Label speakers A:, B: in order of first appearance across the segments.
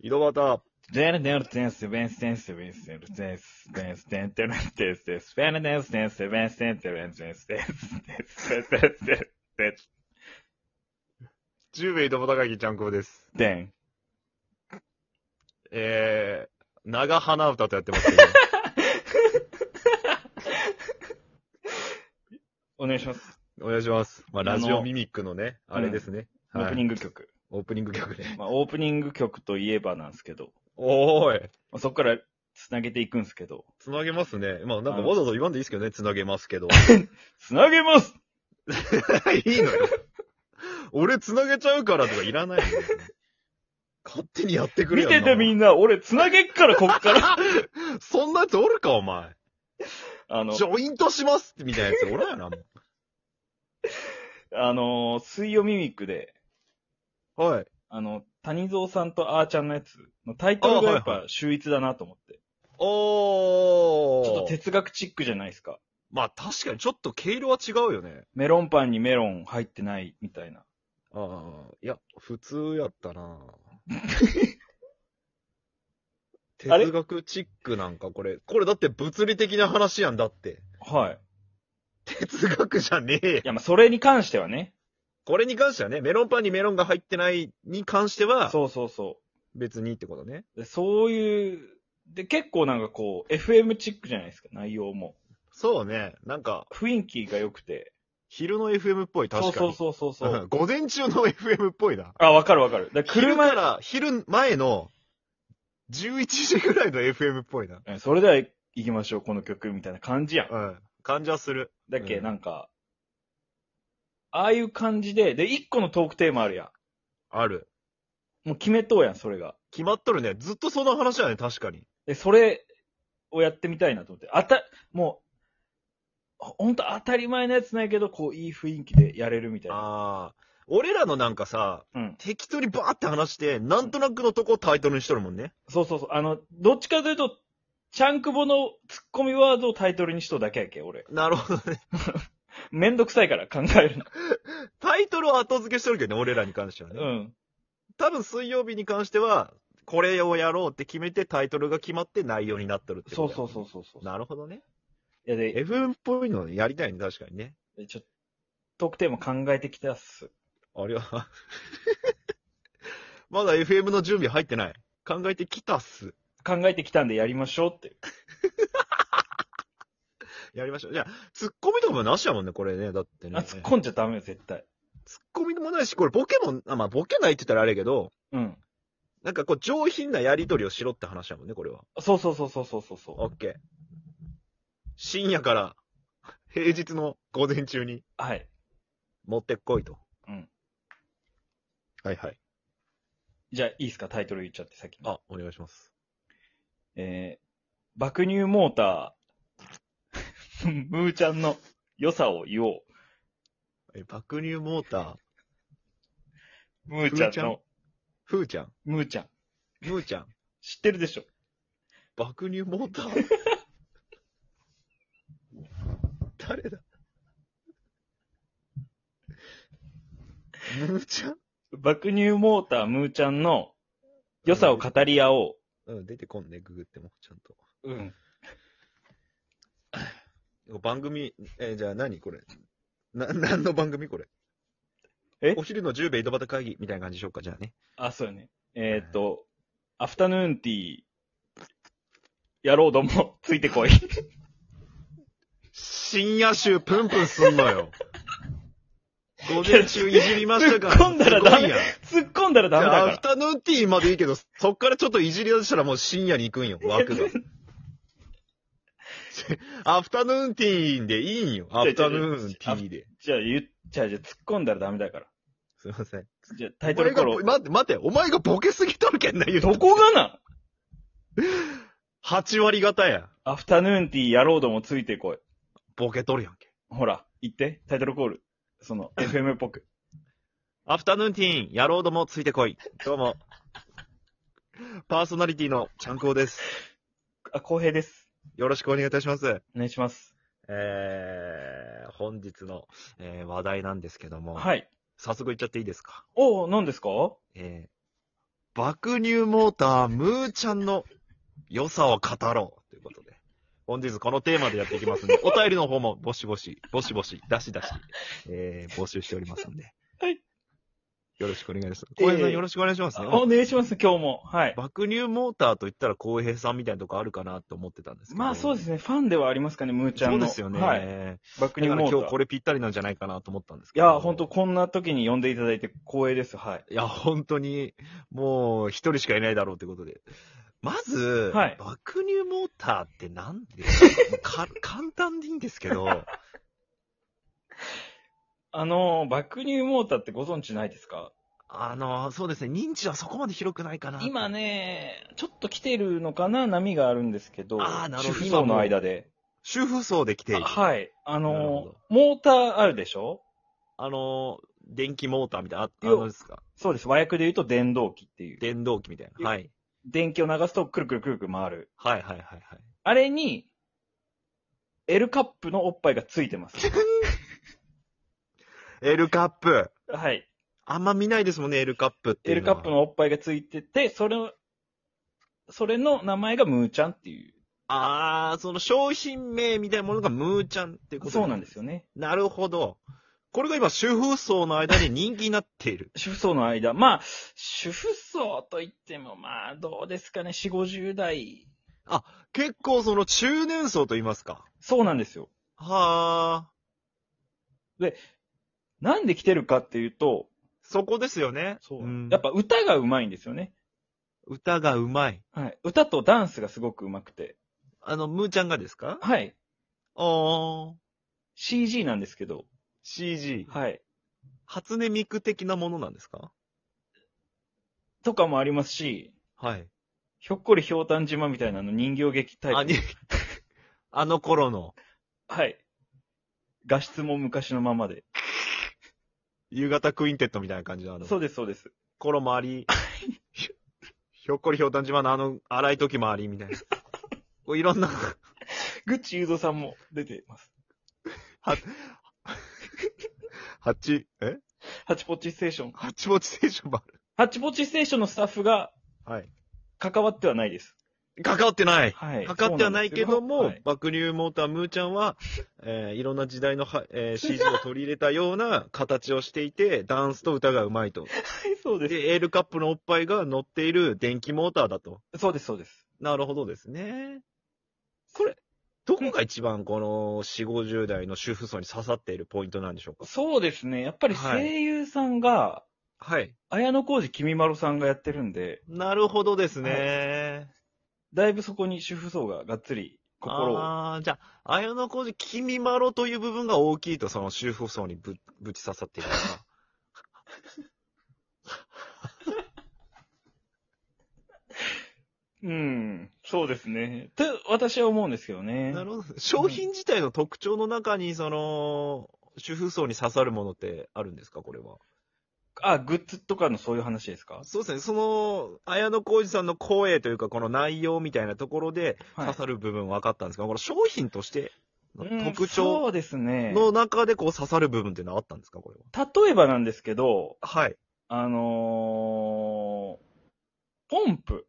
A: 井戸端、
B: ゼルデルテンス、ベンステンス、ベンステルテンス、ベンステンテルテンステス、ベルデルテンス、ベンステンテルテンステス、ベンステンテルテンス
A: 十名井戸端会議ちゃんこです。
B: テン。
A: えー、長花歌とやってますけ
B: お願いします。
A: ど、お願いします。まあ、
B: あの
A: ラジオミミックのね、あれですね。
B: オープニ
A: ング。
B: ング曲。
A: オープニング曲ね。
B: まあ、オープニング曲といえばなんですけど、
A: おーい。
B: まあ、そこから繋げていくんですけど、
A: つなげますね。まあ、なんかわざわざ言わんでいいですけどね、つなげますけど。
B: 繋げます
A: いいのよ。 俺つなげちゃうからとかいらないのよ勝手にやってくれよ
B: 見ててみんな、俺繋げっから、こっから。
A: そんなやつおるか、お前。
B: あの
A: ジ、ョイントしますみたいなやつおらんやな、も
B: あのー、水曜ミミックで、
A: う。はい。
B: あの、谷蔵さんとあーちゃんのやつのタイトルがやっ
A: あはい
B: ぱ秀逸だなと思って。
A: おー。
B: ちょっと哲学チックじゃないですか。
A: まあ確かにちょっと毛色は違うよね。
B: メロンパンにメロン入ってないみたいな。
A: ああ、いや、普通やった な
B: あれ
A: 哲学チックなんかこれ、これだって物理的な話やんだって。
B: はい。い
A: 哲学じゃねえ。
B: や、まあ、それに関してはね。
A: これに関してはね、メロンパンにメロンが入ってないに関しては、
B: そうそうそ
A: 別にってことね。
B: う。でそういう、で、結構なんかこう、FM チックじゃないですか、内容も。
A: そうね。なんか、
B: 雰囲気が良くて。
A: 昼の FM っぽい、確かに。
B: そうそうそうそうそうう。
A: ん 午前中の FM っぽいな。
B: あ、わかるわかる。だから
A: 昼か
B: 車、
A: ら、昼前の、11時ぐらいの FM っぽいな。
B: うんそれでは行きましょう、この曲、みたいな感じやん。
A: うん。感じはする。
B: だっけ、
A: うん
B: なんか、ああいう感じで、で、一個のトークテーマあるや
A: ある。
B: ん。もう決めとうやん、それが。
A: 決まっとるね。ずっとその話だね、確かに。
B: で、それをやってみたいなと思って。あた、もう、ほんと当たり前のやつないけど、こう、いい雰囲気でやれるみたいな。
A: ああ。俺らのなんかさ、
B: うん。
A: 適当にバーって話して、なんとなくのとこをタイトルにしとるもんね。
B: そうそうそう。あの、どっちかというと、チャンクボのツッコミワードをタイトルにしとうだけやけ、俺。
A: なるほどね。
B: めんどくさいから考える
A: タイトルを後付けしとるけどね、俺らに関してはね。
B: の。うん。
A: 多分水曜日に関しては、これをやろうって決めてタイトルが決まって内容になっとるってこ
B: そう
A: と
B: そうそうそうそう
A: う。。なるほどね。
B: いやで、
A: FM っぽいのやりたいね、確かにね。
B: ちょっと、トークテーマ考えてきたっす。
A: あ れは。まだ FM の準備入ってない。考えてきたっす。
B: 考えてきたんでやりましょうって。
A: やりましょう。じゃあ、ツッコミとかもなしやもんね、これね。だってね。
B: あ、突っ込んじゃダメよ、絶対。
A: ツッコミもないし、これボケも、あまあ、ボケないって言ったらあれやけど、
B: うん。
A: なんかこう、上品なやりとりをしろって話やもんね、これは。
B: そうそうそうそうそうそうそ
A: オ
B: う。
A: ッケー。深夜から、平日の午前中に
B: はい。
A: 持ってこいと。
B: うん。
A: はいはい。
B: じゃあ、いいっすか、タイトル言っちゃって、先に。
A: あ、お願いします。
B: えー爆乳モーター、 ムーちゃんの良さを言おう。
A: え、爆乳モーター、
B: ムーちゃんの、
A: ふーちゃん、
B: ムーちゃん。
A: むーちゃん、
B: 知ってるでしょ
A: 爆乳モータ ー。誰だむーちゃん
B: 爆乳モーター、ムーちゃんの良さを語り合お
A: うん、出てこんね、ググっても、ちゃんと。
B: う。うん。
A: 番組、えーじゃあ何これ。な、何の番組これ。
B: え
A: お昼の10ベ井戸端会議みたいな感じでしょうか、じゃあね。
B: あ、そうよね。えーっと、アフタヌーンティー、やろうども、 ついてこい。
A: 深夜集プンプンすんの よ。午前中いじりましたから。
B: 突っ込んだらダメ
A: すごいやん
B: 突っ込んだらダメだ
A: じゃ
B: か
A: あ、ア
B: ら
A: フ。タヌーンティーまでいいけど、そっからちょっといじり出したらもう深夜に行くんよ、枠 が。アフタヌーンティーンでいいんよ。アフタヌーンティーで。
B: じゃあ、言っちゃあ、じゃあ突っ込んだらダメだから。
A: すいません。
B: じゃあ、タイトルコ
A: お
B: ロ
A: 前が。待って、待って、お前がボケすぎとるけんな、言う
B: どこがな
A: 8割方や。
B: アフタヌーンティー、やろうども、ついてこい。
A: ボケとるやんけ。
B: ほら、言って、タイトルコール。その、FM っぽく。
A: アフタヌーンティーン、野郎どもついてこい。どうも。パーソナリティのちゃんこうです。
B: あ、公平です。
A: よろしくお願いいたします。
B: お願いします。
A: えー、本日の、えー話題なんですけども、
B: はい。
A: 早速いっちゃっていいですか
B: おう、何ですか
A: え爆乳モーター、ムーちゃんの良さを語ろうということで、本日このテーマでやっていきますん で、お便りの方もぼしぼし、ぼしぼし、だしだし、えー、募集しておりますんで。
B: はい。
A: よろしくお願いします。
B: えー
A: 小平さんよろしくお願いしますね。
B: お願いします、今日も。はい。
A: 爆乳モーターと言ったら浩平さんみたいなとこあるかなと思ってたんですけど。
B: まあそうです
A: ね。
B: ね、ファンではありますかね、ムーちゃん
A: そう
B: の。
A: ですよね。
B: はい。爆
A: だ
B: 乳
A: から
B: モーター。
A: 今日これぴったりなんじゃないかなと思ったんです
B: い
A: けど。
B: や、本当こんな時に呼んでいただいて光栄です、はい。
A: いや、本当に、もう、一人しかいないだろうってことで。まず、
B: はい
A: 爆乳モーターってなん でか簡単でいいんですけど、
B: あの、爆乳モーターってご存知ないですか
A: あの、そうですね、認知はそこまで広くないかな。
B: 今。ね、ちょっと来てるのかな波があるんですけど、
A: あーなるほど
B: 主婦層の間で。
A: 主婦層で来てい
B: あ
A: る。
B: はい。あ
A: なるほ
B: の
A: ど、
B: モーターあるでしょ
A: あの、電気モーターみたいな、ああ
B: よ
A: のですか。
B: そうです。和訳で言うと電動機っていう。
A: 電動機みたいな。
B: よ
A: はい。
B: 電気を流すとくるくるくるくる回る。
A: はいはいはいはい。
B: あれに、L カップのおっぱいがついてます。
A: L カップ。
B: はい。
A: あんま見ないですもんね、L カップっていう
B: L
A: の
B: カ
A: は。
B: ップ。のおっぱいがついてて、それを、それの名前がムーちゃんっていう。
A: あー、その商品名みたいなものがムーちゃんっていうこと
B: そうなんですよね。。
A: なるほど。これが今、主婦層の間で人気になっている
B: 主婦層の間。まあ、主婦層といっても、まあ、どうですかね、4、50代。
A: 結構その中年層と言いますか。
B: そうなんですよ。
A: はあ、
B: なんで来てるかっていうと、
A: そこですよね。ん
B: やっぱ歌が上手いんですよね。
A: 歌がうまい。
B: はい。歌とダンスがすごく上手くて。
A: あの、ムーちゃんがですか
B: はい。
A: あー、
B: CG なんですけど、
A: CG。
B: はい。
A: 初音ミク的なものなんですか
B: とかもありますし、
A: はい。
B: ひょっこりひょうたん島みたいなの人形劇タイプ。
A: あに あの頃の、
B: はい。画質も昔のままで。
A: 夕方クインテットみたいな感じのあの、
B: そうです、そうです。
A: 頃もあり、ひょひょっこりひょうたん島のあの、荒い時もあり、み たいな。こういろんな、
B: グッチゆうぞさんも出てます。
A: ハッチ、え
B: ハチポッチステーション。
A: ハッチポチステーションもある。
B: ハチポッチステーションのスタッフが
A: はい。
B: 関わってはないです。
A: かかってない。
B: はい。
A: かかってはないけども、
B: そうなんですよ
A: 爆乳モータームーちゃんは、えーいろんな時代のは、 えー CG を取り入れたような形をしていて、ダンスと歌がうまいと。
B: はい、そうです。
A: で、エールカップのおっぱいが乗っている電気モーターだと。
B: そうです、そうです。
A: なるほどですね。これ、どこが一番この4、50代の主婦層に刺さっているポイントなんでしょうか
B: そうですね。やっぱり
A: はい
B: 声優さんが、
A: はい。
B: 綾小路きみまろさんがやってるんで、
A: なるほどですね。
B: だいぶそこに主婦層ががっつり心を。
A: ああ、じゃあ、綾小路君まろという部分が大きいと、その主婦層にぶぶち刺さっているのか。
B: うん、そうですね。と、私は思うんですけどね。
A: なるほど。商品自体の特徴の中に、その、主婦層に刺さるものってあるんですか、これは。
B: あ、グッズとかのそういう話ですか
A: そうですね。その、綾野浩二さんの声というか、この内容みたいなところで
B: は
A: 刺
B: い。
A: さる部分分かったんですが、この商品としての
B: うん
A: 特
B: そ
A: 徴
B: うですね。
A: の中でこう刺さる部分っていうのはあったんですか、これは。
B: 例えばなんですけど、
A: はい。
B: あのー、ポンプ。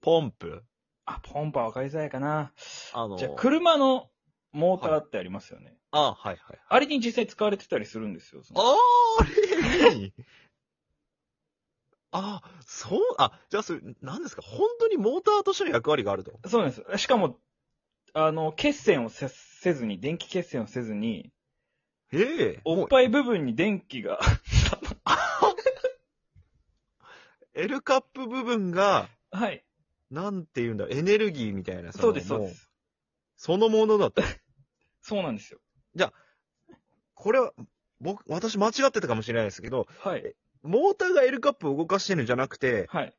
A: ポンプ。
B: あ、ポンプは分かりづらいかな。
A: あの、
B: じゃあ、車のモーターってありますよね。
A: あ、はいはい。
B: あれに実際使われてたりするんですよ。その
A: あーあれに あ、そう、あ、じゃあそれ、何ですか本当にモーターとしての役割があると。
B: そうなんです。しかも、あの、血栓をせせずに、電気血栓をせずに、
A: ええ
B: おっぱい部分に電気が、
A: L カップ部分が、
B: はい。
A: なんて言うんだ、エネルギーみたいな。の
B: そうです、そうで。
A: も
B: す。
A: そのものだと。
B: そうなんですよ。
A: これは、僕、私間違ってたかもしれないですけど、
B: はい。
A: モーターが L カップを動かしてるんじゃなくて、
B: はい。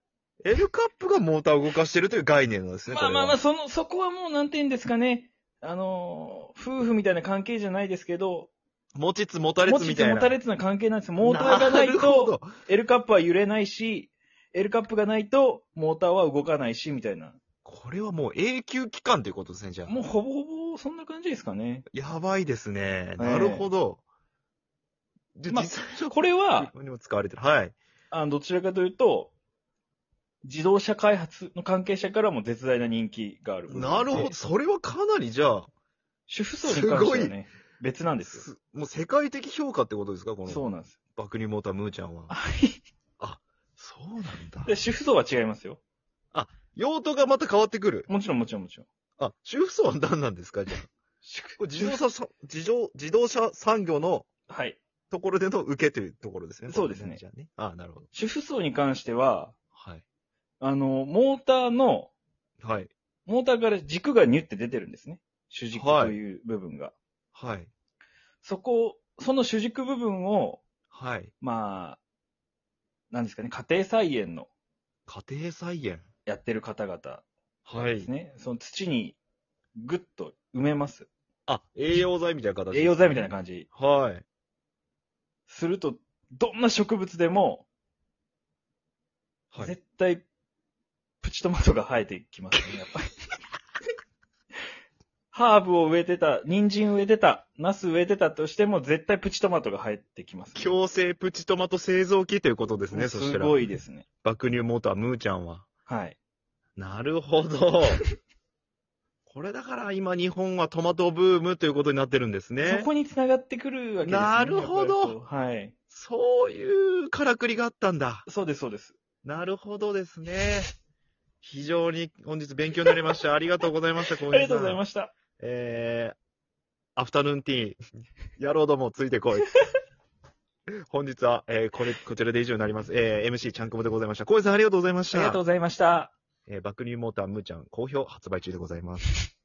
A: L カップがモーターを動かしてるという概念なんですね、
B: まあまあま
A: あ
B: あ、その、そこはもうなんて言うんですかね。あのー、夫婦みたいな関係じゃないですけど、
A: 持ちつ持たれ
B: 持
A: つみ
B: ち
A: た
B: つ
A: いな。
B: 持たれつな関係なんですよ。モーターがない
A: るほ
B: と、
A: ど
B: L カップは揺れないし、L カップがないと、モーターは動かないし、みたいな。
A: これはもう永久期間ということですね、じゃあ。
B: もうほぼほぼ、そんな感じですかね。
A: やばいですね。
B: え
A: なるほど。じゃ、
B: まあ
A: 実際の
B: これは、
A: にも使われてる。はい。
B: あのどちらかというと、自動車開発の関係者からも絶大な人気がある。
A: なるほど。。それはかなりじゃあ、
B: 主婦層に関してはね、別なんです
A: すもう世界的評価ってことですかこ
B: よ。
A: の、
B: そうなんです。
A: バクニモータームーちゃんは。
B: はい。
A: そうなんだ
B: で、。主婦層は違いますよ。
A: 用途がまた変わってくる。
B: もちろんもちろんもちろん。
A: あ、主婦層は何なんですかじゃあ。
B: 主婦
A: これ自動車さ、自動、自動車産業の
B: はい。
A: ところでの受けというところですね。
B: そうですね
A: じゃあね。あなるほど。
B: 主婦層に関しては、
A: はい。
B: あの、モーターの、
A: はい。
B: モーターから軸がニュって出てるんですね。主軸という部分が。
A: はい。
B: そこを、その主軸部分を、
A: はい。
B: まあ、なんですかね、家庭菜園の
A: 家庭菜園。
B: やってる方々
A: は
B: です。ね。その土にぐっと埋めます。
A: あ、栄養剤みたいな形。
B: 栄養剤みたいな感じ。
A: じ。はい。
B: すると、どんな植物でも、
A: はい。
B: 絶対、プチトマトが生えてきますね、やっぱり。ハーブを植えてた、人参植えてた、ナス植えてたとしても、絶対プチトマトが生えてきますね、
A: 強制プチトマト製造機ということですね、そした
B: す
A: ら。
B: ごいですね。
A: 爆乳モーター、ムーちゃんは。
B: はい。
A: なるほ ど。これだから今日本はトマトブームということになってるんですね。
B: そこに繋がってくるわけですね。
A: なるほど
B: やっぱりこうはい。
A: そういうからくりがあったんだ。
B: そうです、そうです。
A: なるほどですね。非常に本日勉強になりました。ありがとうござい ました、
B: あ
A: 小
B: りがとうござい
A: し
B: ました。
A: た。えー、アフタヌーンティー、野郎どもついてこい。 本日は、えー、これ、こちらで以上になります。えー、MC ちゃんこぼでございました。小江さんありがとうございました。
B: ありがとうございました。
A: えー、バックニューモーター、むーちゃん、好評発売中でございます。